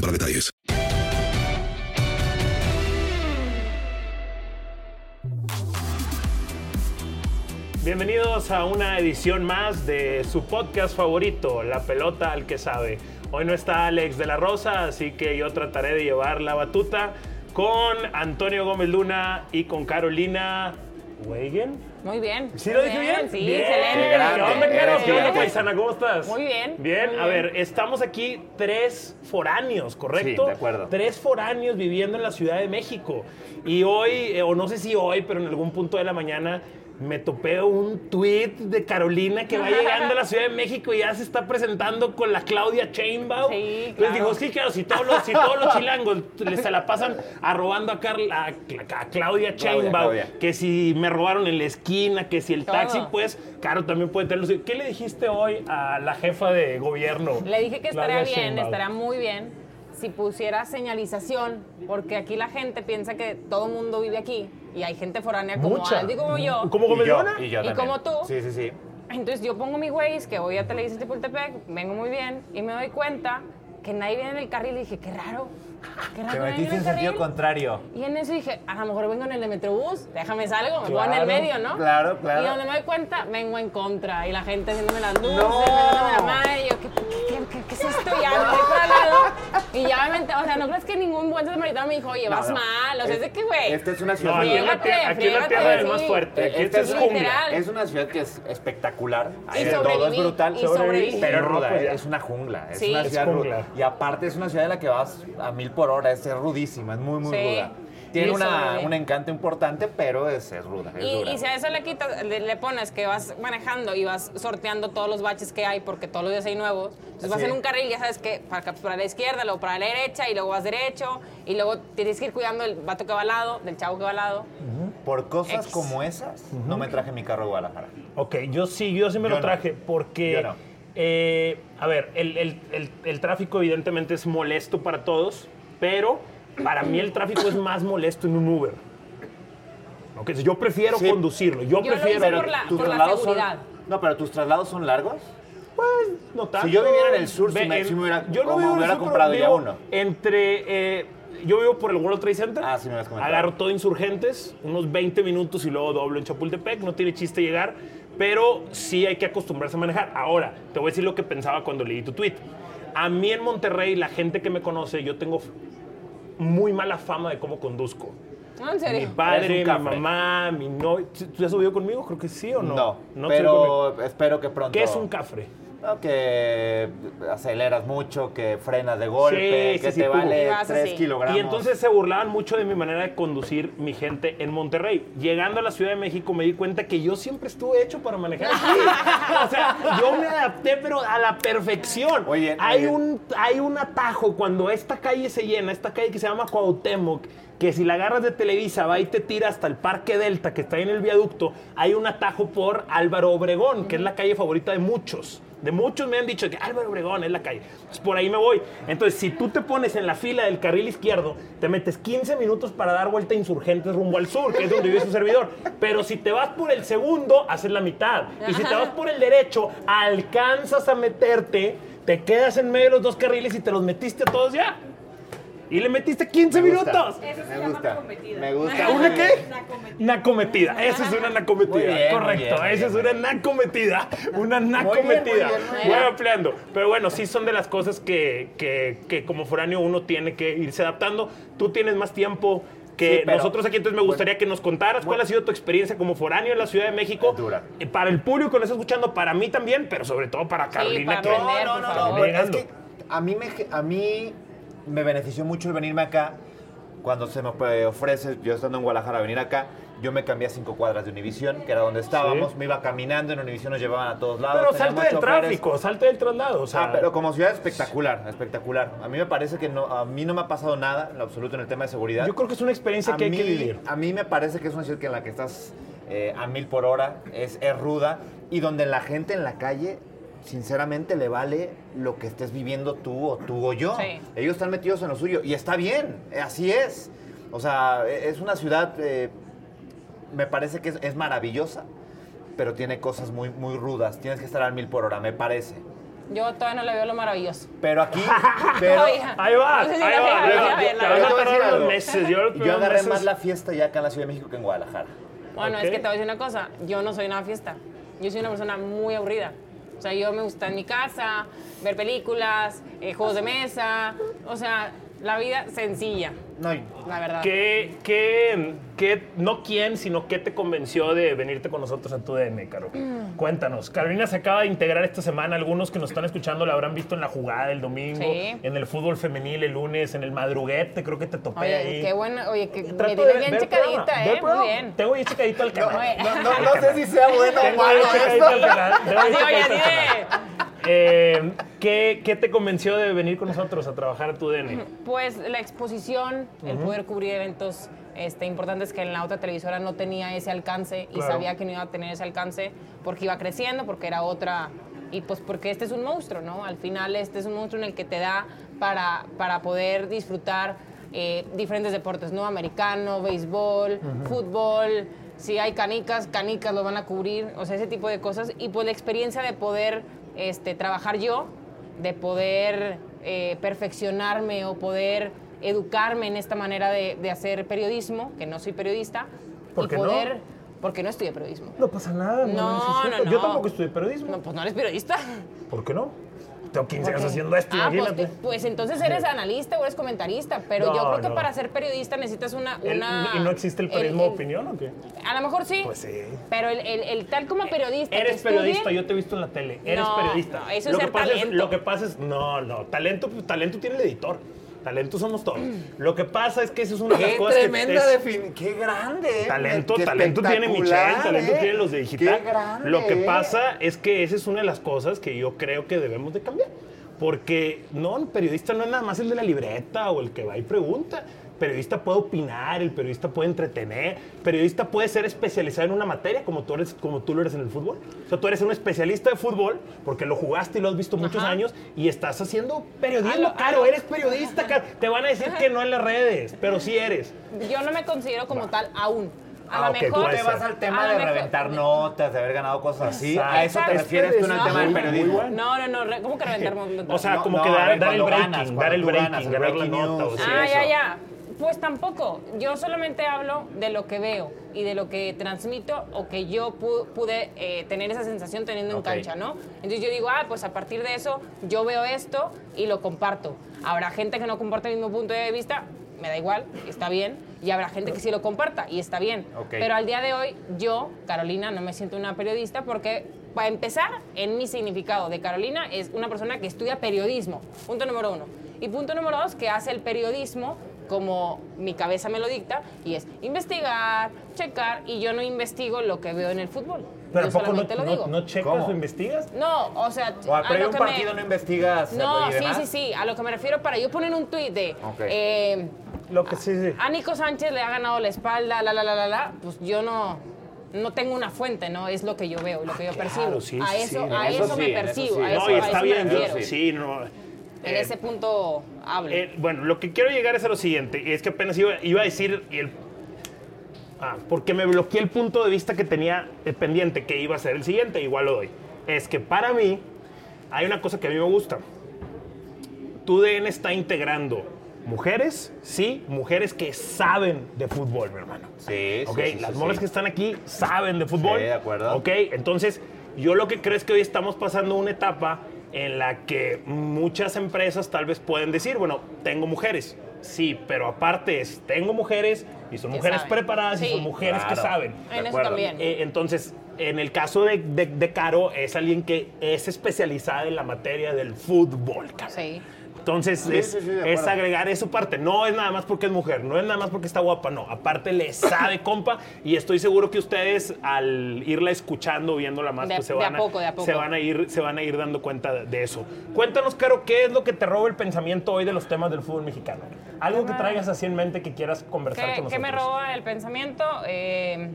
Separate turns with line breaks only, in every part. para detalles.
Bienvenidos a una edición más de su podcast favorito, La pelota al que sabe. Hoy no está Alex de la Rosa, así que yo trataré de llevar la batuta con Antonio Gómez Luna y con Carolina Weigen.
Muy bien.
¿Sí
Muy
lo dije bien?
Sí,
Bien.
excelente.
¿Qué onda, Caro? ¿Qué onda,
Excelente.
paisana? ¿Cómo estás?
Muy bien,
Bien,
muy
a
bien.
ver, estamos aquí tres foráneos, ¿correcto?
Sí, de acuerdo.
Tres foráneos viviendo en la Ciudad de México. Y hoy, eh, o no sé si hoy, pero en algún punto de la mañana, me topé un tweet de Carolina que va llegando a la Ciudad de México y ya se está presentando con la Claudia Chainbaum.
Sí,
Les
claro.
dijo, sí, claro, si todos los, si todos los chilangos les se la pasan arrobando a, Carla, a- a Claudia Chainbaum,
Claudia.
que si me robaron en la esquina, que si el
Todo.
taxi, pues, Caro también puede tenerlo. ¿Qué le dijiste hoy a la jefa de gobierno?
Le dije que
Claudia
estaría bien,
Sheinbaum?
estaría muy bien si pusiera señalización, porque aquí la gente piensa que todo el mundo vive aquí y hay gente foránea como
Mucha.
Aldi, como yo.
¿Cómo
Y yo,
gobernadora?
y yo
¿Y
también.
como tú?
Sí, sí, sí.
Entonces yo pongo mi Waze, que voy a Televisa Chapultepec, vengo muy bien, y me doy cuenta que nadie viene en el carril y dije, qué raro, qué raro
Te
que nadie
metiste
viene
en
en el
sentido
carril.
contrario.
Y en eso dije, a lo mejor vengo en el de Metrobús, déjame salgo, me pongo en
Claro,
el medio, ¿no?
claro, claro.
Y donde me doy cuenta, vengo en contra. Y la gente haciéndome las luces,
¡No!
me dándome la madre. Y yo, ¿qué, qué, qué, qué- qué es esto? Y ya me voy para el lado. Y ya me menté, o sea, ¿no crees que ningún buen samaritano me dijo, oye, vas
no.
mal? O sea, es de qué, güey.
Esta es una
No,
ciudad.
aquí,
Friégate,
la tierra- aquí la tierra
friégate,
es más
sí.
fuerte.
Esta
Aquí esto es
es
jungla.
literal.
es una ciudad que es espectacular. Hay
Y
de todo es
sobreviví,
brutal.
y sobreviví.
Pero
No,
ruda,
pues ya.
es una jungla. Es
Sí.
una
Es
ciudad
jungla.
ruda. Y aparte es una ciudad en la que vas a mil por hora. Es rudísima, es muy, muy
Sí.
ruda. Tiene
Y
una,
sobreviví.
un encanto importante, pero es, es ruda. Es
Y,
dura.
y si a eso le quitas, le, le pones que vas manejando y vas sorteando todos los baches que hay, porque todos los días hay nuevos. Entonces vas
Sí.
en un carril, ya sabes que para, acá, para la izquierda, luego para la derecha, y luego vas derecho, y luego tienes que ir cuidando del vato que va al lado, del chavo que va al lado.
Por cosas
Ex.
como esas, no me traje mi carro a Guadalajara.
Ok, yo sí, yo sí me
Yo
lo
no.
traje porque,
Yo no.
eh, a ver, el, el- el- el tráfico evidentemente es molesto para todos, pero para mí el tráfico es más molesto en un Uber. Ok, yo prefiero
Sí.
conducirlo, yo,
Yo lo
prefiero...
hice por
¿Tus
la- Ah, por la
traslados son-
seguridad.
No, pero tus traslados son largos.
No tanto.
yo viviera en el sur,
Ve,
si me- si me hubiera-
yo no
o me
vivo en el
hubiera
sur, pero
comprado ya
vivo
uno.
Entre. eh, yo vivo por el World Trade Center.
Ah, sí me habías comentado.
Agarro todo insurgentes, unos 20 minutos y luego doblo en Chapultepec. No tiene chiste llegar, pero sí hay que acostumbrarse a manejar. Ahora, te voy a decir lo que pensaba cuando leí tu tweet. A mí en Monterrey, la gente que me conoce, yo tengo muy mala fama de cómo conduzco.
No, en
Mi
serio.
padre,
Eres
mi
un cafre.
mamá, mi novio. ¿Tú has subido conmigo? Creo que sí o no.
No,
No has subido conmigo.
pero espero que pronto.
¿Qué es un cafre?
No, que aceleras mucho, que frenas de golpe,
Sí,
que
sí, sí,
te
tú.
vale 3 kilogramos.
Y entonces se burlaban mucho de mi manera de conducir mi gente en Monterrey. Llegando a la Ciudad de México me di cuenta que yo siempre estuve hecho para manejar. así. o sea, yo me adapté pero a la perfección.
Oye,
hay
oye.
un hay un atajo cuando esta calle se llena, esta calle que se llama Cuauhtémoc, que si la agarras de Televisa va y te tira hasta el Parque Delta que está ahí en el viaducto, hay un atajo por Álvaro Obregón, que es la calle favorita de muchos. De muchos me han dicho que Álvaro Obregón es la calle. Entonces, por ahí me voy. Entonces, si tú te pones en la fila del carril izquierdo, te metes 15 minutos para dar vuelta a insurgentes rumbo al sur, que es donde vive su servidor. Pero si te vas por el segundo, haces la mitad. Y si te vas por el derecho, alcanzas a meterte, te quedas en medio de los dos carriles y te los metiste a todos ya. Y le metiste 15
Me gusta,
minutos.
Me gusta. Me gusta.
¿Una qué? Nacometida. Esa es una
Muy
nacometida.
bien, muy
Correcto.
bien, muy
Esa es una nacometida. Una nacometida. Voy ampliando. Pero bueno, sí son de las cosas que, que- que como foráneo uno tiene que irse adaptando. Tú tienes más tiempo que
Sí, pero-
nosotros aquí, entonces me gustaría que nos contaras cuál ha sido tu experiencia como foráneo en la Ciudad de México.
Dura.
Eh, Para el público que nos está escuchando, para mí también, pero sobre todo para Carolina.
para aprender,
que
por
No, no, no,
favor.
pero es
Llegando.
que a mí me, a mí me benefició mucho el venirme acá. Cuando se me eh, ofrece, yo estando en Guadalajara, venir acá, yo me cambié a cinco cuadras de Univisión, que era donde estábamos.
Sí.
Me iba caminando, en Univisión nos llevaban a todos lados.
Pero
teníamos
salte del
choferes.
tráfico, salte del traslado. O sea,
Ah, pero como ciudad espectacular, espectacular. A mí me parece que no, a mí no me ha pasado nada en lo absoluto en el tema de seguridad.
yo creo que es una experiencia
A
que hay que
mí-
vivir.
A mí me parece que es una ciudad que en la que estás eh, a mil por hora, es, es ruda y donde la gente en la calle, sinceramente, le vale lo que estés viviendo tú o tú o yo.
Sí.
Ellos están metidos en lo suyo y está bien, eh, así es. O sea, e- es una ciudad, eh, me parece que es, es maravillosa, pero tiene cosas muy, muy rudas. Tienes que estar al mil por hora, me parece.
Yo todavía no le veo lo maravilloso.
Pero aquí, pero,
Todavía.
Ahí va,
No sé si
ahí
la
va.
veo,
ahí
ya
va.
ve, la
Te
Yo te
vas a
voy a
tardar
decir
unos
algo.
meses. Yo, los
yo
primeros
agarré más
meses-
la fiesta ya acá en la Ciudad de México que en Guadalajara.
Bueno,
Ok.
es que te voy a decir una cosa. Yo no soy una fiesta. Yo soy una persona muy aburrida. O sea, yo me gusta en mi casa, ver películas, eh, juegos de mesa. O sea, la vida sencilla,
No, y-
la verdad.
¿Qué, qué, qué- no quién, sino qué te convenció de venirte con nosotros a tu DM, Caro?
Mm.
Cuéntanos. Carolina se acaba de integrar esta semana. Algunos que nos están escuchando la habrán visto en la jugada el domingo,
Sí.
en el fútbol femenil el lunes, en el madruguete, creo que te topé ahí.
Oye, qué bueno. Oye, que me
Trato
tienes
de-
bien
ver el programa,
checadita,
ver el
¿eh? Muy
programa.
bien. eh,
Tengo bien checadito al canal.
Oye.
No, no, no sé si sea bueno o
Tengo
malo
bien checadito al
esto.
canal. tengo bien
Así, oye,
checadito al
así
canal. Eh, ¿qué, qué te convenció de venir con nosotros a trabajar a tu DN?
Pues la exposición, el poder cubrir eventos este, importantes que en la otra televisora no tenía ese alcance y
Claro.
sabía que no iba a tener ese alcance porque iba creciendo, porque era otra. Y pues porque este es un monstruo, ¿no? Al final este es un monstruo en el que te da para, para poder disfrutar eh, diferentes deportes, ¿no? Americano, béisbol, fútbol. Si hay canicas, canicas lo van a cubrir, o sea, ese tipo de cosas. Y pues la experiencia de poder este, trabajar yo de poder eh, perfeccionarme o poder educarme en esta manera de, de hacer periodismo, que no soy periodista,
¿Por
y
qué no?
poder, porque no estudié periodismo.
No pasa nada.
No, no, no.
Yo tampoco estudié periodismo.
No, pues no eres periodista.
¿Por qué no? Tengo 15 años
Ok.
haciendo esto,
Ah, pues,
imagínate.
te- pues entonces eres analista o eres comentarista, pero
No,
yo creo que
no.
para ser periodista necesitas una...
El-
una
¿Y no existe el periodismo de opinión o qué?
A lo mejor sí.
Pues sí.
Pero el, el- el tal como periodista... que
Eres
estudie-
periodista, yo te he visto en la tele. Eres
No,
periodista.
no, eso es
que
ser
pasa
talento.
Lo que pasa es. No, no. Talento, pues, talento tiene el editor. Talento somos todos. Lo que pasa es que eso es una de las
Qué
cosas
tremenda
que. es-
definición. Qué grande. eh.
Talento,
Qué
talento tiene
espectacular,
Michelle, talento
eh.
tiene los de digital.
Qué grande.
Lo que
eh.
pasa es que esa es una de las cosas que yo creo que debemos de cambiar. Porque no, el periodista no es nada más el de la libreta o el que va y pregunta. El periodista puede opinar, el periodista puede entretener, el periodista puede ser especializado en una materia como tú, eres, como tú lo eres en el fútbol. O sea, tú eres un especialista de fútbol porque lo jugaste y lo has visto muchos años y estás haciendo periodismo.
Aló,
claro,
aló.
eres periodista, Caro. Te van a decir que no en las redes, pero sí eres.
Yo no me considero como tal aún. A
Ah,
lo
ok,
mejor...
puede
Te vas
ser.
al
a
tema
lo
de
mejor-
reventar notas, de haber ganado cosas así.
Exacto.
A eso te
Exacto.
refieres tú en el
No,
tema del
muy
periodismo.
bueno.
No, no, no, re- ¿cómo que reventar notas?
O sea,
No,
como
no,
que
a
dar,
ver,
dar el
cuando
breaking,
ganas,
dar
cuando
el
tú
breaking,
ganas, el
ganar la
breaking
nota. O
news.
sí,
ah, ya,
eso.
ya. Pues tampoco. Yo solamente hablo de lo que veo y de lo que transmito o que yo pu- pude eh, tener esa sensación teniendo
Ok.
en cancha, ¿no? Entonces yo digo, ah, pues a partir de eso yo veo esto y lo comparto. Habrá gente que no comparte el mismo punto de vista, me da igual, está bien. Y habrá gente que sí lo comparta y está bien.
Ok.
Pero al día de hoy yo, Carolina, no me siento una periodista porque Para empezar, en mi significado de Carolina es una persona que estudia periodismo, punto número uno. Y punto número dos, que hace el periodismo como mi cabeza me lo dicta, y es investigar, checar, y yo no investigo lo que veo en el fútbol.
Pero
yo
¿a poco no,
solamente lo digo.
no, no checas o investigas?
No, o sea,
O al
a
previo
lo
un
que
partido
me...
no investigas.
No,
y
sí,
demás.
sí, sí. A lo que me refiero para yo poner un tuit de
Ok.
eh,
Lo que sí, sí.
a Nico Sánchez le ha ganado la espalda, la la la la la, pues yo no no tengo una fuente, ¿no? Es lo que yo veo, lo que yo percibo.
sí,
a
sí,
eso,
sí.
a
Eso
eso,
sí,
me
en eso
percibo,
sí.
a
No,
eso,
y
a
está
eso
bien,
me refiero.
sí, sí, no.
En
Eh,
ese punto hablo.
Eh, bueno, lo que quiero llegar es a lo siguiente. y Es que apenas iba, iba a decir y el- Ah, porque me bloqueé el punto de vista que tenía eh, pendiente, que iba a ser el siguiente, igual lo doy. Es que para mí hay una cosa que a mí me gusta. Tu DN está integrando mujeres, sí, mujeres que saben de fútbol, mi hermano.
Sí, sí,
Ok,
sí, sí,
las
sí.
morras que están aquí saben de fútbol.
Sí, de acuerdo.
Ok, entonces yo lo que creo es que hoy estamos pasando una etapa en la que muchas empresas tal vez pueden decir, bueno, tengo mujeres. Sí, pero aparte es, tengo mujeres y son
Que
mujeres
saben.
preparadas y
Sí.
son mujeres que
Claro.
saben.
De
en eso
acuerdo.
también.
Eh, entonces, en el caso de, de- de Caro, es alguien que es especializada en la materia del fútbol, cabrón.
sí.
Entonces,
Sí,
es,
sí, sí, de
es
acuerdo.
agregar eso parte. No es nada más porque es mujer, no es nada más porque está guapa, no. Aparte, le sabe, compa. Y estoy seguro que ustedes, al irla escuchando, viéndola más,
De-
pues se
de
van,
a poco, de a poco.
Se, van a ir, se van a ir dando cuenta de, de eso. Cuéntanos, Caro, ¿qué es lo que te roba el pensamiento hoy de los temas del fútbol mexicano? Algo que traigas así en mente que quieras conversar
¿Qué,
con nosotros.
qué me roba el pensamiento? Eh,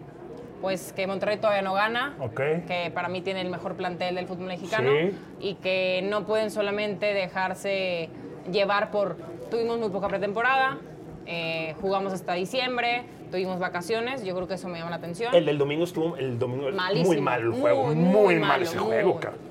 pues que Monterrey todavía no gana.
Ok.
Que para mí tiene el mejor plantel del fútbol mexicano.
Sí.
Y que no pueden solamente dejarse llevar por. Tuvimos muy poca pretemporada, eh, jugamos hasta diciembre, tuvimos vacaciones. Yo creo que eso me llama la atención.
El del domingo estuvo el domingo
Malísimo.
muy mal el juego, muy,
Muy, muy
mal
malo,
ese
muy.
juego, cabrón.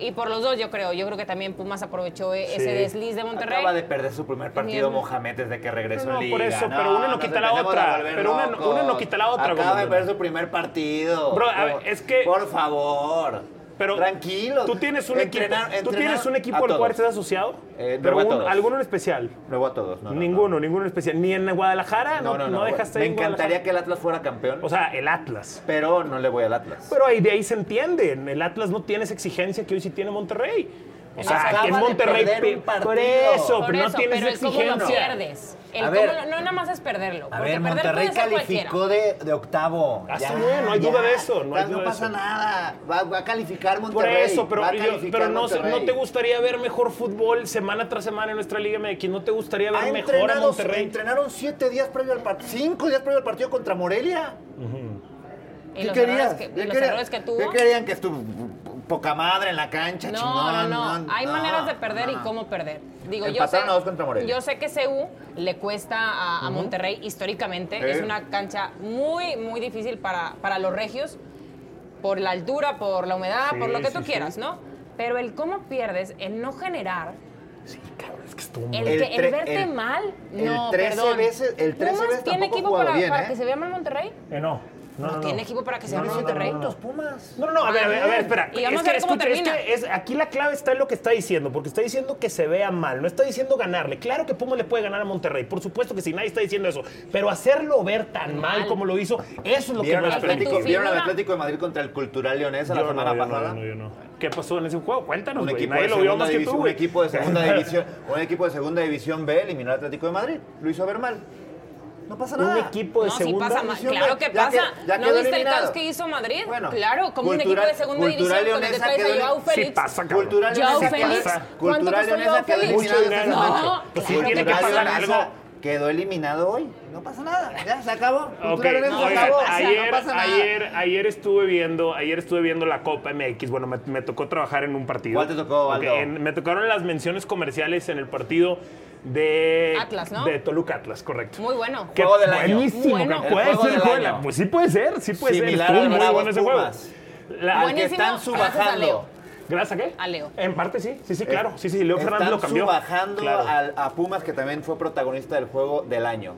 Y por los dos, yo creo. Yo creo que también Pumas aprovechó e-
Sí.
ese desliz de Monterrey.
Acaba de perder su primer partido
Bien.
Mohamed desde que regresó
No, no,
en Liga.
por eso, pero una no
nos
quita la
empecemos
otra,
a volver
pero una no-
locos.
una no quita la otra,
Acaba de
Gonzalo.
perder su primer partido.
Bro, a ver,
Por-
es que-
Por favor.
Pero
Tranquilo.
Tú tienes un equipo, tú tienes un equipo al cual estás asociado,
Eh,
pero
no a
un-
todos.
alguno en especial.
Luego a todos. No, no,
ninguno,
no.
ninguno en especial. Ni en Guadalajara, no, no, dejaste
Me
en
encantaría
Guadalajara.
que el Atlas fuera campeón,
O sea, el Atlas.
pero no le voy al Atlas.
Pero ahí de ahí se entiende. El Atlas no tiene esa exigencia que hoy sí tiene Monterrey. O sea,
Acaba
que es
de
Monterrey.
perder
pe-
un partido.
por eso,
Por
pero no
eso,
tienes
pero el
esa
cómo lo
exigencia.
pierdes. El
A
cómo
ver.
lo- no nada más es perderlo.
A
porque
ver,
perder
Monterrey
puede ser cualquiera.
calificó de, de octavo.
Así es, Ah, no hay duda de eso, no hay duda de
pasa
eso.
nada. Va, va a calificar
Por
Monterrey.
eso, pero,
va a
yo-
calificar
pero no, sé,
Monterrey.
¿no te gustaría ver mejor fútbol semana tras semana en nuestra Liga MX? ¿No te gustaría
Ha
ver mejor a
entrenado-
Monterrey?
Entrenaron siete días previo al partido, cinco días previo al partido contra Morelia.
Y los,
querías?
errores que, y
¿Qué
los
querían?
errores que tuvo.
¿Qué querían? Que estuvo poca madre en la cancha,
No,
chingón,
no, no. Hay
no,
maneras de perder y
no.
cómo perder. Digo, yo sé,
Empataron a dos contra Morelia.
yo sé que CU le cuesta a, a Monterrey históricamente.
Sí.
Es una cancha muy, muy difícil para, para los regios. Por la altura, por la humedad, por lo que tú quieras, ¿no? Pero el cómo pierdes, el no generar, el,
El
que,
tre-
el verte
el-
mal,
el
no,
13
perdón.
veces- el 13
Pumas
veces
tiene
tampoco ha
equipo
jugado
para,
bien,
para
¿eh?
que se vea mal Monterrey?
Eh, no, no, no, no.
tiene equipo para que se
No,
vea mal
no, no,
Monterrey?
no, no. Pumas.
No, no, no, a ver, a ver, a ver, espera.
Y vamos
es
a
que,
ver cómo
escucha, es
termina.
que es- aquí la clave está en lo que está diciendo, porque está diciendo que se vea mal, no está diciendo ganarle. Claro que Pumas le puede ganar a Monterrey, por supuesto que si nadie está diciendo eso, pero hacerlo ver tan mal,
Mal.
como lo hizo, eso es lo que
¿Vieron,
no
al
entendí.
es que
Atlético,
tu
¿Vieron al
figura-
Atlético de Madrid contra el Cultural Leonés la
Yo no,
semana
yo no,
pasada?
yo no, yo no. ¿Qué pasó en ese juego? Cuéntanos,
Un
güey.
equipo,
Nadie
de
lo vio
segunda
más que tú,
división, un
güey.
equipo de segunda división, un equipo de segunda división B eliminó al Atlético de Madrid. Lo hizo ver mal. No pasa nada.
Un equipo de
No, sí
segunda
pasa mal.
división.
Claro
Ya
que
que-
pasa.
ya
¿No
quedó
viste
eliminado.
el caos que hizo Madrid?
Bueno,
claro, como un
Cultural-
equipo de segunda
Cultural
división cuando te
Leonesa
traes
quedó
a Joao
elim-
Sí
Félix.
pasa, cabrón.
Cultural
Joao
Leonesa
Félix.
queda-
¿Cuánto
Cultural
costó
Leonesa
Joao
quedó
Félix?
eliminado
Mucho
esta
dinero.
semana.
No, Pues
sí, claro tiene que que pagar
Leonesa
algo.
Quedó eliminado hoy. No pasa nada. Ya se acabó.
Ok,
Cultural Leonesa
oigan,
se acabó.
ayer,
no pasa nada.
ayer, ayer estuve viendo, ayer estuve viendo la Copa MX. Bueno, me, me tocó trabajar en un partido.
¿Cuál te tocó,
Ok,
Aldo?
en- me tocaron las menciones comerciales en el partido de
Atlas, ¿no?
De Toluca Atlas, correcto.
Muy bueno.
Que
Juego del año.
Buenísimo,
Bueno.
que
El
puede
juego
ser
del
juego del
año.
año. Pues sí puede ser, sí puede
Similar
ser.
al
Estuvo muy
Bravos
bueno ese juego.
Pumas.
La-
Al que
Buenísimo,
están
gracias a
subajando.
Leo.
¿Gracias a qué?
A Leo.
En parte sí, sí, sí, claro. Sí, sí, Leo
Eh, Están
Fernández lo cambió.
subajando
Claro.
al- a Pumas, que también fue protagonista del juego del año.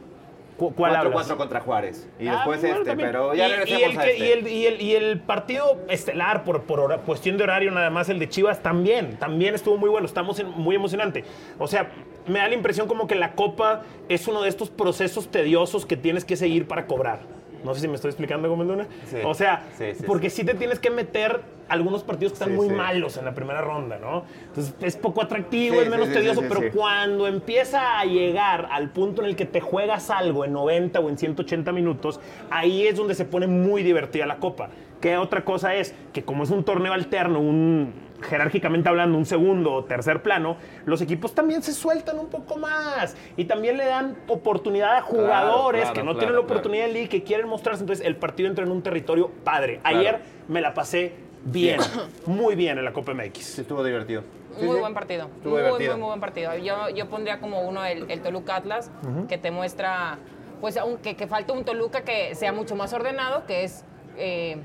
¿Cu- ¿Cuál hablas?
4-4 contra Juárez. Y
Ah,
después
bueno,
este,
también.
pero ya
Y- y,
regresemos
el,
a
que-
este.
y el- y el- y el partido estelar por, por hora- cuestión de horario nada más, el de Chivas también, también estuvo muy bueno, estamos en- muy emocionante. O sea, me da la impresión como que la Copa es uno de estos procesos tediosos que tienes que seguir para cobrar. No sé si me estoy explicando como el Luna.
Sí.
O sea,
Sí, sí,
porque sí. te tienes que meter algunos partidos que están
Sí,
muy
sí.
malos en la primera ronda, ¿no? Entonces es poco atractivo,
Sí,
es menos
sí, sí,
tedioso,
sí, sí,
pero
sí.
cuando empieza a llegar al punto en el que te juegas algo en 90 o en 180 minutos, ahí es donde se pone muy divertida la copa. Que otra cosa es que como es un torneo alterno, un jerárquicamente hablando, un segundo o tercer plano, los equipos también se sueltan un poco más y también le dan oportunidad a jugadores
claro,
que no
claro,
tienen la
claro.
oportunidad de liga, que quieren mostrarse. Entonces, el partido entra en un territorio padre.
Claro.
Ayer me la pasé bien, muy bien en la Copa MX.
estuvo divertido.
Muy buen partido.
Estuvo
Muy, muy,
divertido.
muy buen partido. Yo, yo pondría como uno el, el Toluca Atlas,
Ujú.
que te muestra, pues, aunque que falta un Toluca que sea mucho más ordenado, que es eh,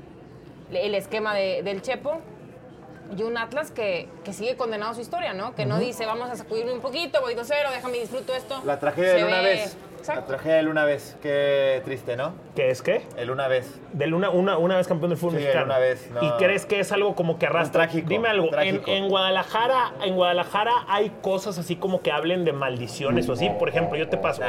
el esquema de- del Chepo. Y un Atlas que, que sigue condenado a su historia, ¿no? Que no
Ujú.
dice, vamos a sacudirme un poquito, voy 2-0, déjame disfruto esto.
La tragedia
Se
del una
ve-
vez.
Exacto.
La tragedia del una vez. Qué triste, ¿no?
¿Qué es qué?
El una vez.
Del una, una, una vez campeón del fútbol
Sí,
mexicano.
una vez, no.
¿Y crees que es algo como que arrastra?
trágico,
Dime algo, en,
trágico.
en Guadalajara, en Guadalajara hay cosas así como que hablen de maldiciones o así. Por ejemplo, yo te paso.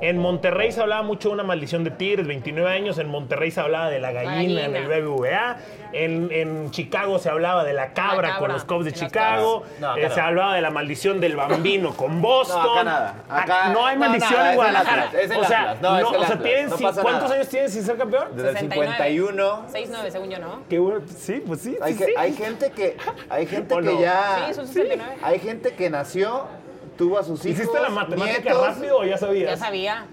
En Monterrey se hablaba mucho de una maldición de Tigres, 29 años. En Monterrey se hablaba de la gallina,
Gallina.
en el BBVA. En, en Chicago se hablaba de la cabra,
cabra,
con los Cubs de
en los
Chicago.
Cubs. No, acá
Eh,
no.
se hablaba de la maldición del bambino con Boston. Ah,
No, acá nada. Acá-
no hay
no,
maldición
nada,
en
es el
Guadalajara.
Atlas, es el
o sea,
Atlas, no, es
no,
el
o sea,
Atlas,
tienen
no
sí-
pasa
¿cuántos
nada.
años tienes sin ser campeón?
Desde el 51.
6-9, según yo, ¿no?
Qué bueno, sí, pues sí.
Hay,
sí,
que-
sí.
hay gente que, hay gente
¿O
que
no?
ya.
Sí, son 69.
Hay gente que nació, tuvo a sus hijos.
¿Hiciste la matemática
nietos.
rápido o ya sabías?
Ya sabía.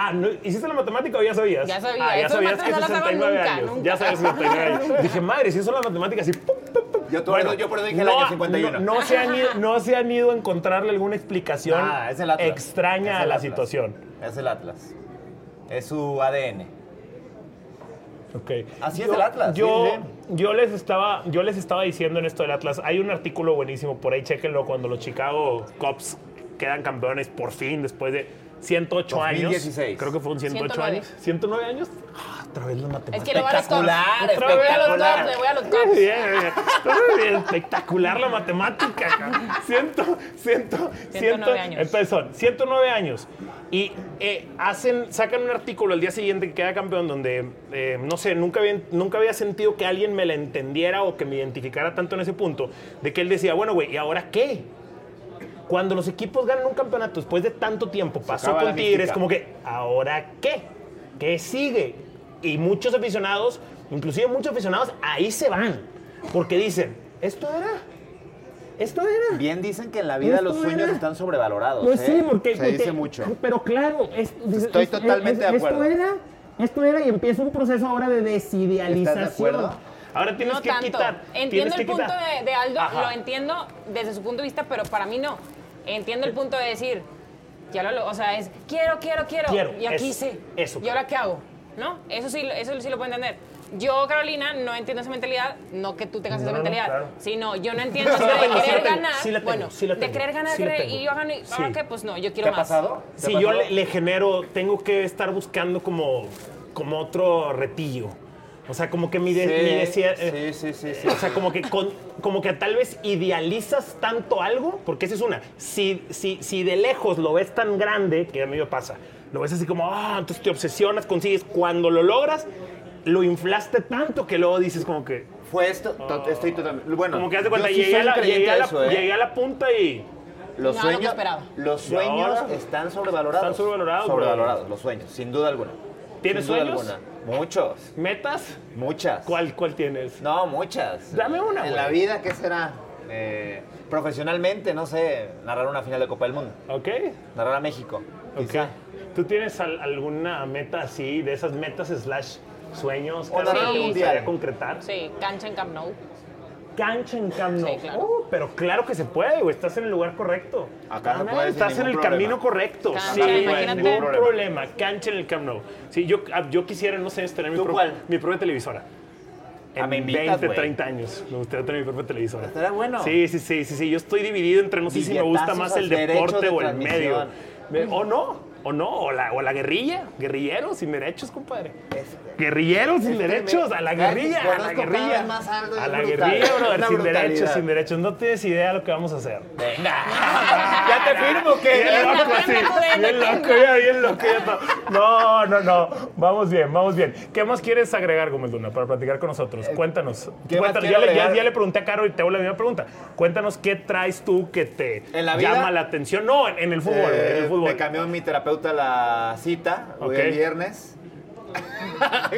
Ah, ¿no? ¿hiciste la matemática o ya sabías?
Ya sabía,
Ah, ya
esas
sabías que
mates no las hago
69
nunca,
años.
nunca.
Ya sabías 69 años. Dije, madre, si son las matemáticas y pum, pum, pum.
Yo, por eso- yo por eso dije el año 51.
No, no se han ido, no se han ido a encontrarle alguna explicación
Nada, Ah, es el Atlas.
extraña
Es
a
el
la
Atlas.
situación.
Es el Atlas. Es su ADN.
Ok.
Así es el Atlas,
Yo,
sí,
yo, les estaba, yo les estaba diciendo en esto del Atlas, hay un artículo buenísimo por ahí, chéquenlo, cuando los Chicago Cubs quedan campeones por fin después de 108
2016.
años. Creo que fue un 108
109.
años. 109 años. Ah, otra vez la matemática.
Es que le voy a los Cubs.
Espectacular,
Otra vez a los
espectacular.
Cubs, le voy a los Cubs.
Muy bien, muy bien. Muy bien, Espectacular la matemática. cabrón. Ciento, ciento, eh,
109
ciento-
años.
entonces son 109 años. Y eh, hacen, sacan un artículo el día siguiente que queda campeón donde, eh, no sé, nunca había, nunca había sentido que alguien me la entendiera o que me identificara tanto en ese punto, de que él decía, bueno, güey, ¿y ahora qué? Cuando los equipos ganan un campeonato después de tanto tiempo, pasó
acaba
con
la
Tigres,
mística.
como que, ¿ahora qué? ¿Qué sigue? Y muchos aficionados, inclusive muchos aficionados, ahí se van, porque dicen, esto era, esto era.
Bien dicen que en la vida
No,
los
esto
sueños
era.
están sobrevalorados.
Pues
¿eh?
sí, porque.
Se
porque-
dice mucho.
Pero claro, es- es-
Estoy
es-
totalmente de acuerdo.
Esto era, esto era y empieza un proceso ahora de desidealización.
¿Estás de acuerdo?
Ahora tienes
no
que
tanto.
quitar. tienes
Entiendo
que
el punto
quitar.
de, de Aldo,
Ajá.
lo entiendo desde su punto de vista, pero para mí no. Entiendo el punto de decir, ya lo, lo- o sea, es quiero, quiero, quiero,
Quiero,
ya
eso,
quise.
eso.
¿Y ahora qué hago? ¿No? Eso sí, eso sí lo puedo entender. Yo, Carolina, no entiendo esa mentalidad, no que tú tengas
No,
esa
no, no,
mentalidad,
claro.
sino yo no entiendo eso
Sí la
de
tengo, sí la
querer
tengo,
ganar.
sí la tengo,
bueno,
sí la
de
tengo,
querer ganar,
sí la
querer,
tengo.
y yo gano y ahora
Sí.
qué, pues no, yo quiero
¿Te ha
más.
pasado? ¿Te
Si
ha
yo
pasado?
le, le genero, tengo que estar buscando como, como otro retillo. O sea, como que mi, de- mi desea- eh,
sí, sí, sí, sí.
O sea, como que, con- como que tal vez idealizas tanto algo, porque esa es una. Si, si, si de lejos lo ves tan grande, que a mí me pasa, lo ves así como, ah, entonces te obsesionas, consigues. Cuando lo logras, lo inflaste tanto que luego dices como que.
Fue esto. to- estoy totalmente. Bueno,
como que haz de
yo
cuenta,
sí
llegué,
soy
a la,
un creyente
llegué a
de
la-
eso, ¿eh?
llegué a la punta y.
Los
No, no me
sueños,
esperaba.
los
Y ahora,
sueños están sobrevalorados.
Están sobrevalorados, bro.
Sobrevalorados, los sueños, sin duda alguna.
¿Tienes
Sin duda
sueños?
alguna. Muchos,
¿Metas?
muchas.
¿Cuál, cuál tienes?
No, muchas.
Dame una,
En
güey.
la vida, ¿qué será? Eh, profesionalmente, no sé, narrar una final de Copa del Mundo.
¿Ok?
Narrar a México.
Ok. ¿Tú tienes al- alguna meta así, de esas metas slash sueños
O
Carlos,
narrar un
que te
mundial.
gustaría concretar?
Sí, cancha en Camp Nou.
Cancha en Camp Nou.
Sí, claro.
Uh, pero claro que se puede, güey. Estás en el lugar correcto.
Acá no
Ah,
puedes, sin
Estás en
ningún
el
problema.
camino correcto.
Cancha,
sí, güey,
imagínate.
ningún problema. Cancha en el Camp Nou. Sí, yo, ah, yo quisiera, no sé, tener mi,
¿Tú
pro-
cuál?
mi propia televisora.
Ah,
En
me invitas,
20,
güey.
30 años. Me gustaría tener mi propia televisora.
Estará bueno.
Sí, sí, sí, sí, sí. Yo estoy dividido entre no sé si me gusta
Billetazos
más
al
el
derecho
deporte
de
o el medio.
transmisión.
Me- o no. O ¿O no? ¿O la, o la guerrilla? Guerrilleros sin derechos, compadre. Guerrilleros sin
Este
derechos.
me-
A la
cada
guerrilla.
que
A la
conozco cada
guerrilla.
vez más algo
A la
brutal,
guerrilla,
una
brother. Sin
brutalidad.
derechos, sin derechos. No tienes idea de lo que vamos a hacer.
Ya te firmo que.
Bien loco, Pues sí. Bien loco, ya, bien loco. ya está. No, no, no. Vamos bien, vamos bien. ¿Qué más quieres agregar, Gómez Luna, para platicar con nosotros? Cuéntanos.
Eh, ¿qué más
Cuéntanos. Ya,
quiero
le, ya-
agregar?
ya le pregunté a Caro y te hago la misma pregunta. Cuéntanos qué traes tú que te
¿En la vida?
llama la atención. No, en, en el fútbol, güey, en el
Eh,
fútbol.
Me cambió mi terapeuta la cita hoy
Ok.
el viernes.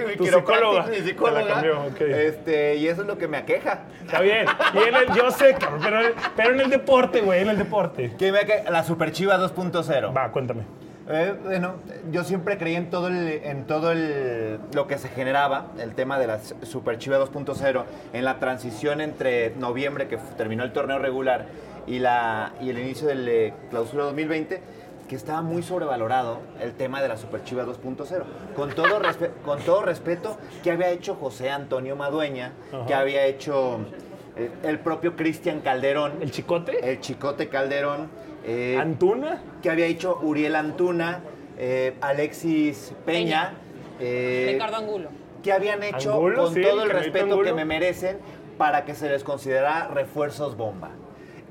Mi
Tu
quiropráctica,
psicóloga.
Mi
Te la
psicóloga.
cambió, ok.
Este, y eso es lo que me aqueja.
Está bien. Y en el, yo sé, cabrón, pero, pero en el deporte, güey, en el deporte.
Que me aqueja- la Super Chiva 2.0.
Va, cuéntame.
Eh, bueno, yo siempre creí en todo el, en todo el, lo que se generaba, el tema de la S- Super Chiva 2.0, en la transición entre noviembre, que f- terminó el torneo regular, y, la, y el inicio del eh, clausura 2020, que estaba muy sobrevalorado el tema de la Super Chiva 2.0. Con, todo respe- con todo respeto, que había hecho José Antonio Madueña, que había hecho eh, el propio Cristian Calderón,
¿El chicote?
el Chicote Calderón. eh,
¿Antuna?
que había hecho Uriel Antuna, eh, Alexis Peña, eh,
Ricardo Angulo.
que habían hecho
Angulo,
con
sí,
todo el
Ricardo
respeto
Angulo.
que me merecen para que se les considera refuerzos bomba.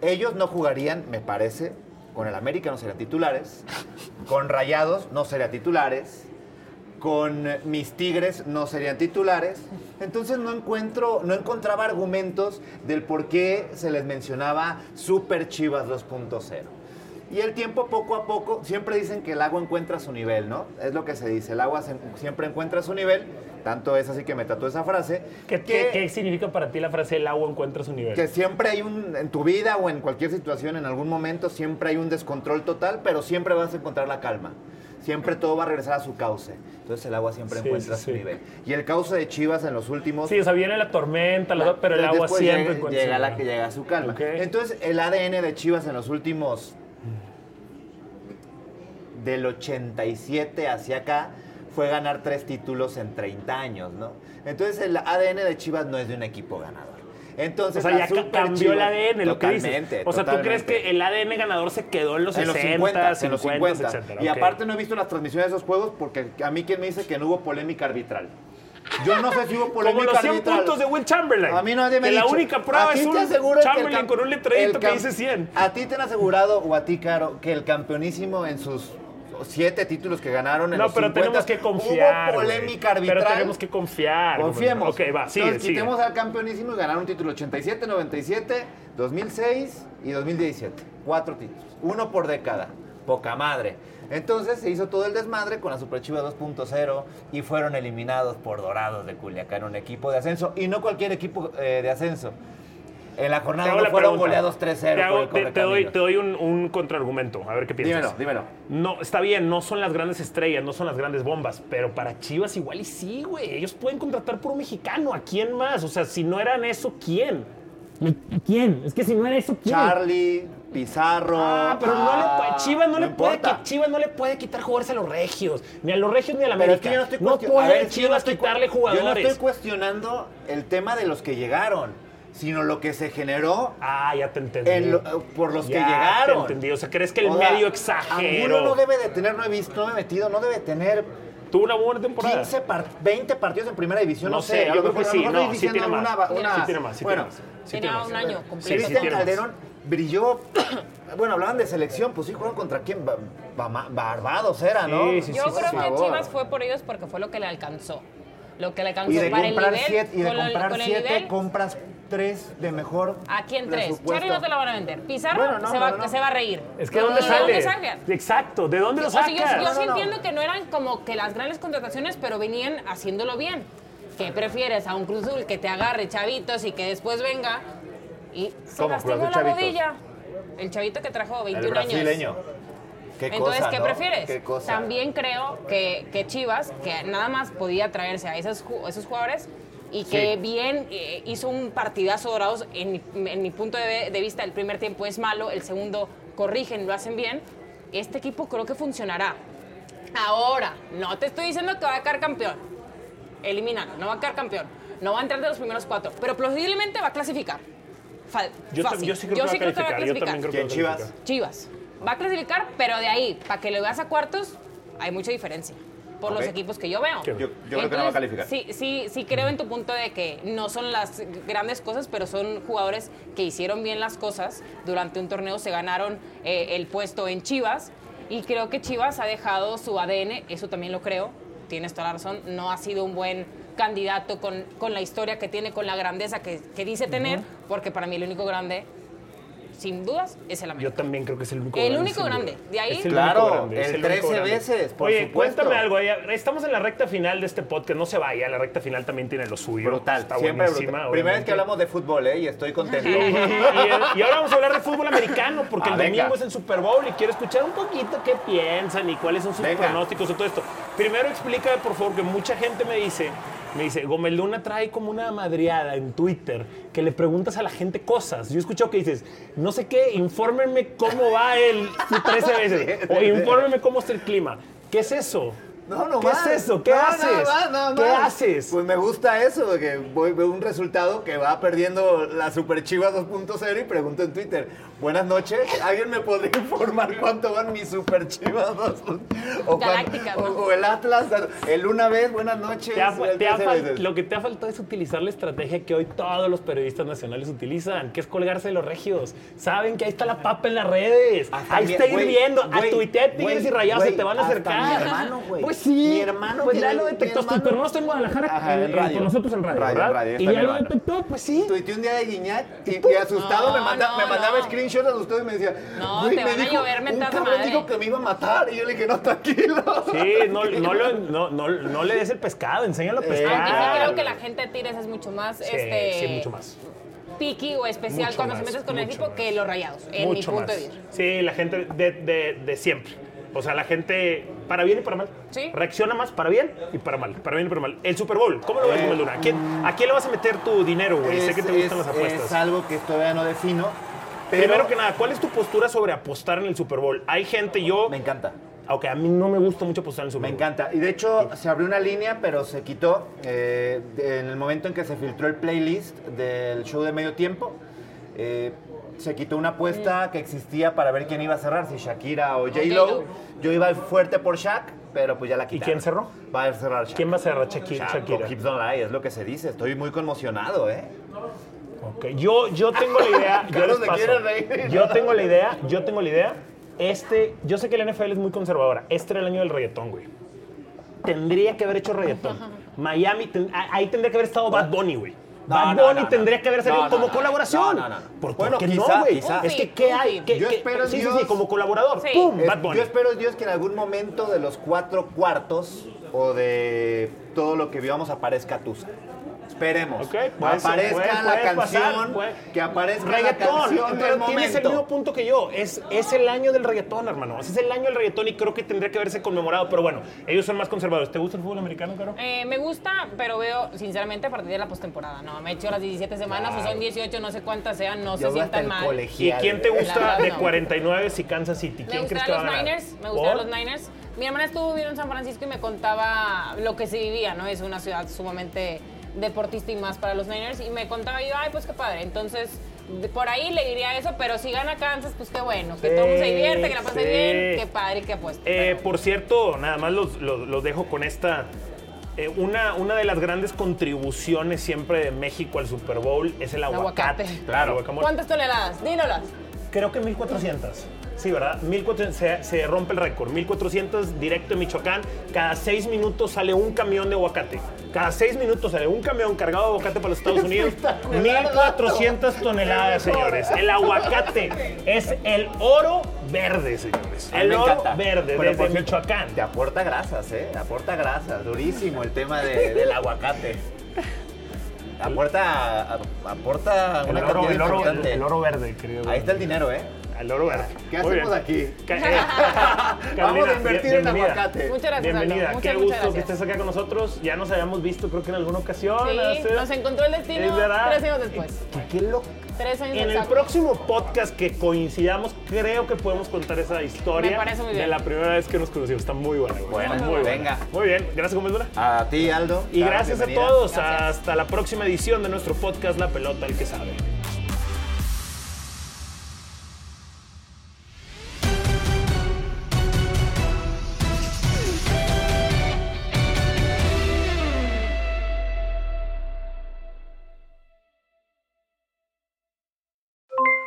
Ellos no jugarían, me parece, con el América no serían titulares, con Rayados no serían titulares, con mis Tigres no serían titulares. Entonces no encuentro, no encontraba argumentos del por qué se les mencionaba Super Chivas 2.0. Y el tiempo poco a poco, siempre dicen que el agua encuentra su nivel, ¿no? Es lo que se dice, el agua se- siempre encuentra su nivel, tanto es así que me tatué esa frase,
¿Qué, qué- qué significa para ti la frase el agua encuentra su nivel?
que siempre hay un, en tu vida o en cualquier situación, en algún momento, siempre hay un descontrol total, pero siempre vas a encontrar la calma. Siempre todo va a regresar a su cauce. Entonces el agua siempre
Sí,
encuentra
sí,
su
sí.
nivel. Y el cauce de Chivas en los últimos...
Sí, o sea, viene la tormenta, la- pero el
Entonces,
agua
después
siempre
llega-
encuentra
Llega
su
la
nivel.
que llega a su calma.
Ok.
Entonces el ADN de Chivas en los últimos... Del 87 hacia acá fue ganar tres títulos en 30 años, ¿no? Entonces el ADN de Chivas no es de un equipo ganador. Entonces,
O sea,
la
ya ca-
Super
cambió el
Chivas-
ADN, lo que dices.
Totalmente,
O sea, ¿tú crees
totalmente
que el ADN ganador se quedó en los 60, 50,
en los 50.
etcétera?
Y
Ok.
aparte no he visto las transmisiones de esos juegos porque a mí quien me dice que no hubo polémica arbitral. Yo no sé si hubo polémica
Como los 100
arbitral.
puntos de Will Chamberlain.
A mí nadie me
que
ha
la
dicho.
única
¿A
prueba
ti
es
te
un
aseguran que el
Chamberlain
cam-
con un letrerito
el
que
cam- Ah,
dice 100.
¿A ti te han asegurado o a ti, Caro, que el campeonísimo en sus siete títulos que ganaron en
No,
los
pero
50,
tenemos que confiar.
Hubo
güey.
polémica arbitral?
Pero tenemos que confiar. güey.
Confiemos.
pues, Ok, va, sigue,
Entonces,
sigue.
quitemos al campeonísimo y ganaron un título 87, 97, 2006 y 2017. Cuatro títulos. Uno por década. Poca madre. Entonces se hizo todo el desmadre con la Super Chiva 2.0 y fueron eliminados por Dorados de Culiacán, un equipo de ascenso. Y no cualquier equipo eh, de ascenso. En la
Te
jornada
hago
no
la
fueron
pregunta.
goleados 3-0. por
Te, hago-
el
te- te doy,
Correcaminos.
te doy un, un contraargumento. A ver qué
Dímelo,
piensas.
dímelo.
No, está bien, no son las grandes estrellas, no son las grandes bombas, pero para Chivas igual y sí, güey. Ellos pueden contratar por un mexicano. ¿A quién más? O sea, si no eran eso, ¿quién? ¿Quién? Es que si no era eso, ¿quién?
Charlie, Pizarro.
Ah, pero no le
ah,
puede, Chivas no, le puede,
importa.
qui- Chivas no le puede quitar jugadores a los regios, ni a los regios ni a la
Pero
América.
es que yo no estoy
no
cuestio-
puede
A ver, es que yo no
Chivas
estoy cu-
quitarle jugadores.
Yo no estoy cuestionando el tema de los que llegaron, sino lo que se generó
Ah, ya te entendí.
en lo- por los que
Ya
llegaron.
Te entendí. O sea, ¿crees que el
O sea,
medio exageró?
Angulo no debe de tener, no he visto, no me he metido, no debe tener
Tuvo una buena temporada.
15 par- 20 partidos en primera división,
No
no,
sé,
sé.
yo
a lo
creo
mejor,
que
a
sí,
lo mejor
no,
estoy
sí tiene
diciendo
más.
una- una-
Sí tiene más, sí tiene
bueno,
más. Sí
Tenía
tiene más.
un año
Sí,
completo.
sí,
Cristian
tiene más.
Calderón brilló. Bueno, hablaban de selección, pues sí, jugaron contra quién? Ba- Ba- Barbados era, ¿no?
Sí, sí,
Yo
sí,
creo
sí.
que
Por
Chivas
favor.
fue por ellos porque fue lo que le alcanzó. Lo que le alcanzó
Y de
para el
comprar
nivel.
siete, y de
con el-
comprar
con el
siete,
nivel,
compras tres de mejor.
¿A quién tres?
presupuesto.
Charlie no te la van a vender. Pizarro
Bueno, no,
se, va,
no, no.
se va a reír.
Es que
No,
¿dónde
no,
sale?
¿De dónde saca?
Exacto, ¿de dónde lo
O sea,
sacas?
yo, yo
No,
sí
no, no.
entiendo que no eran como que las grandes contrataciones, pero venían haciéndolo bien. ¿Qué prefieres? ¿A un Cruz Azul que te agarre chavitos y que después venga y se
¿Cómo?
lastimó
¿Cruz
la
Azul chavitos?
rodilla? El chavito que trajo 21
El brasileño.
años.
Qué
Entonces,
cosa,
¿qué
¿no?
prefieres?
Qué cosa.
También creo que, que Chivas, que nada más podía traerse a esos, ju- esos jugadores y que bien eh, hizo un partidazo dorados, en mi, en mi punto de, de vista, el primer tiempo es malo, el segundo corrigen, lo hacen bien. Este equipo creo que funcionará. Ahora, no te estoy diciendo que va a quedar campeón. Elimínalo, no va a quedar campeón. No va a entrar de los primeros cuatro, pero posiblemente va a clasificar. Fal-
Yo, tam-
fácil.
yo sí creo que va a calificar. Yo también creo que
¿Quién,
va a calificar.
Chivas?
Chivas. Va a clasificar, pero de ahí, para que lo veas a cuartos, hay mucha diferencia por
Ok.
los equipos que yo veo.
Yo- yo creo que no va a calificar.
Sí, sí, sí creo en tu punto de que no son las grandes cosas, pero son jugadores que hicieron bien las cosas. Durante un torneo se ganaron eh, el puesto en Chivas y creo que Chivas ha dejado su ADN, eso también lo creo, tienes toda la razón, no ha sido un buen candidato con, con la historia que tiene, con la grandeza que, que dice tener, porque para mí el único grande, sin dudas, es el América.
Yo también creo que es el único
El
grande,
único
sin duda.
grande. De ahí-
Es el
Claro,
único grande, es
el
único
13
grande.
veces, por
Oye,
supuesto.
cuéntame algo. ya Estamos en la recta final de este podcast. No se vaya, la recta final también tiene lo suyo.
Brutal,
Está
siempre brutal.
buenísima.
Primera vez
obviamente.
que hablamos de fútbol, ¿eh? Y estoy contento.
Y, y- y ahora vamos a hablar de fútbol americano, porque
Ah,
el
venga.
domingo es el Super Bowl y quiero escuchar un poquito qué piensan y cuáles son sus
Venga.
pronósticos y todo esto. Primero explícame, por favor, que mucha gente me dice, me dice, Gómez Luna trae como una madriada en Twitter, que le preguntas a la gente cosas. Yo he escuchado que dices, no sé qué, infórmenme cómo va el 13 veces, o infórmenme cómo está el clima. ¿Qué es eso?
No, no
¿Qué
más.
es eso? ¿Qué
No, nada
haces?
más, nada
¿Qué
más.
haces?
Pues me gusta eso, porque voy, veo un resultado que va perdiendo la Super Chivas 2.0 y pregunto en Twitter, buenas noches, ¿alguien me podría informar cuánto van mis Super Chivas 2.0? O, cuán-
Galácticas, ¿no?
o, o el Atlas, el una vez, buenas noches.
Te ha fa-
el
te ha
13
fal-
veces.
lo que te ha faltado es utilizar la estrategia que hoy todos los periodistas nacionales utilizan, que es colgarse de los regios. Saben que ahí está la papa en las redes.
Hasta
ahí
mi-
está
güey,
hirviendo. A
güey,
tuitear tigres
güey,
y rayados se
güey,
te van a
hasta
acercar.
mi hermano, güey.
Pues sí.
Mi hermano
Pues
que
ya
le-
lo
mi
detectó.
hermano-
Pero no está en Guadalajara.
Ajá, en
en- en-
radio.
Con nosotros en radio.
Radio,
¿verdad?
radio, está
y ya
mi
lo
hermano.
detectó. Pues sí.
Tuiteé un día de Guiñac y, y asustado
No,
me, manda-
no,
me mandaba
no.
screenshots asustado y me decía,
No,
"Güey,
te
me
van a
dijo,
llover
un
mentadas de
cabrón
madre".
dijo que me iba a matar y yo le dije, no, tranquilo.
Sí, no, no, lo- no, no- no le des el pescado, enséñalo a pescar.
Aunque sí creo que la gente de Tigres es mucho más
Sí,
este,
sí, mucho más.
picky o especial
Mucho
cuando
más,
se metes con el
mucho
equipo
más.
que los rayados, en mi punto de vista.
Sí, la gente de, de- de siempre. O sea, la gente para bien y para mal.
Sí.
Reacciona más para bien y para mal. Para bien y para mal. El Super Bowl, ¿cómo lo
Eh.
ves, Gómez Luna? ¿A quién, ¿A quién le vas a meter tu dinero, güey? Sé que te gustan las
es
apuestas.
algo que todavía no defino. Pero
Primero que nada, ¿cuál es tu postura sobre apostar en el Super Bowl? Hay gente, yo.
Me encanta.
Aunque a mí no me gusta mucho apostar en el Super
Me
Bowl.
encanta. Y de hecho, se abrió una línea, pero se quitó eh, de- en el momento en que se filtró el playlist del show de medio tiempo. eh, se quitó una apuesta que existía para ver quién iba a cerrar, si Shakira o J-Lo.
J-Lo.
Yo iba fuerte por Shaq, pero pues ya la quitaron.
quién cerró?
Va a cerrar Shak.
¿Quién va a cerrar? Shakira-
Shak,
Shakira.
o Hips Don't Lie, es lo que se dice. Estoy muy conmocionado, ¿eh?
Ok, Yo, yo tengo la idea. yo,
Carlos se
les paso.
quiere reír.
yo tengo la idea. Yo tengo la idea. Este, yo sé que la NFL es muy conservadora. Este era el año del reggaetón, güey. Tendría que haber hecho reggaetón. Miami, ten- a- ahí tendría que haber estado Bad Bunny, güey.
No,
Bad
no,
Bunny
no, no.
tendría que haber salido
No, no,
como
no,
colaboración.
no, no, no.
¿Por, por
Bueno,
qué
quizá,
no, güey?
quizá.
Es que
Un
¿qué
fin,
hay?
un
¿Qué-
fin. Yo
qué-
espero en
sí, sí, sí,
Dios-
como colaborador.
Sí.
¡Pum!
Es-
Bad Bunny.
Eh, Yo espero Dios que en algún momento de los cuatro cuartos o de todo lo que vivamos aparezca Tusa. Esperemos.
Ok, puede ser,
aparezca
puede-
la
puede
canción.
pasar, puede-
Que aparezca
reggaetón.
la canción
pero
del
tienes
momento.
el mismo punto que yo. Es, es el año del reggaetón, hermano. Es el año del reggaetón y creo que tendría que haberse conmemorado. Pero bueno, ellos son más conservadores. ¿Te gusta el fútbol americano, Caro?
Eh, me gusta, pero veo, sinceramente, a partir de la postemporada. No, me he hecho las 17 semanas, o son 18, no sé cuántas sean, no
Ya
se
voy hasta
sientan
el
mal.
¿Y
colegial.
quién te gusta
verdad,
de
no.
49 y Kansas City?
Me
¿Quién crees que va
gustaron
a ganar?
los Niners, me
¿Por?
gustaron los Niners. Mi hermana estuvo viviendo en San Francisco y me contaba lo que se vivía, ¿no? Es una ciudad sumamente deportista y más para los Niners. Y me contaba yo, ay, pues qué padre. Entonces, de- por ahí le diría eso, pero si gana Kansas, pues qué bueno. Que
Sí,
todo el mundo se divierte, que la pase
sí.
bien, qué padre, qué apuesta.
Eh,
Pero-
por cierto, nada más los, los- los dejo con esta. Eh, una, una de las grandes contribuciones siempre de México al Super Bowl es el aguacate.
aguacate.
Claro, guacamole.
¿Cuántas toneladas? Dínolas.
Creo que 1400. Sí, ¿verdad? 1400, se, se rompe el récord. 1400 directo en Michoacán. Cada seis minutos sale un camión de aguacate. Cada seis minutos sale un camión cargado de aguacate para los Estados Unidos. 1400 toneladas, señores. El aguacate es el oro verde, señores.
A mí
El
me
oro
encanta.
verde
Pero,
desde
por cierto,
Michoacán.
Te aporta grasas, ¿eh? Aporta grasas. Durísimo el tema de- del aguacate. Aporta, a- aporta
El
una
oro,
cantidad
el oro-
importante.
el oro verde, creo.
Ahí está el dinero, ¿eh?
El oro verde.
¿Qué
Muy
hacemos
bien.
aquí?
Ca- eh,
Vamos
Carolina,
a invertir en
bienvenida.
aguacate.
Muchas gracias, Aldo.
Bienvenida,
Muchas,
qué
muchas
gusto que
gracias.
estés acá con nosotros. Ya nos habíamos visto, creo que en alguna ocasión.
Sí,
hace-
nos encontró el
Es
destino
verdad.
tres años después.
Qué loco.
Tres años
En el
exactos.
próximo podcast que coincidamos, creo que podemos contar esa historia
Me parece muy
de
bien.
la primera vez que nos conocimos. Está muy buena, güey.
Bueno,
Está muy buena.
venga.
Muy bien, gracias, Gómez Luna.
A ti, Aldo.
Y
Carlos,
gracias
bienvenida.
a todos.
Gracias.
Hasta la próxima edición de nuestro podcast La Pelota, el que sabe.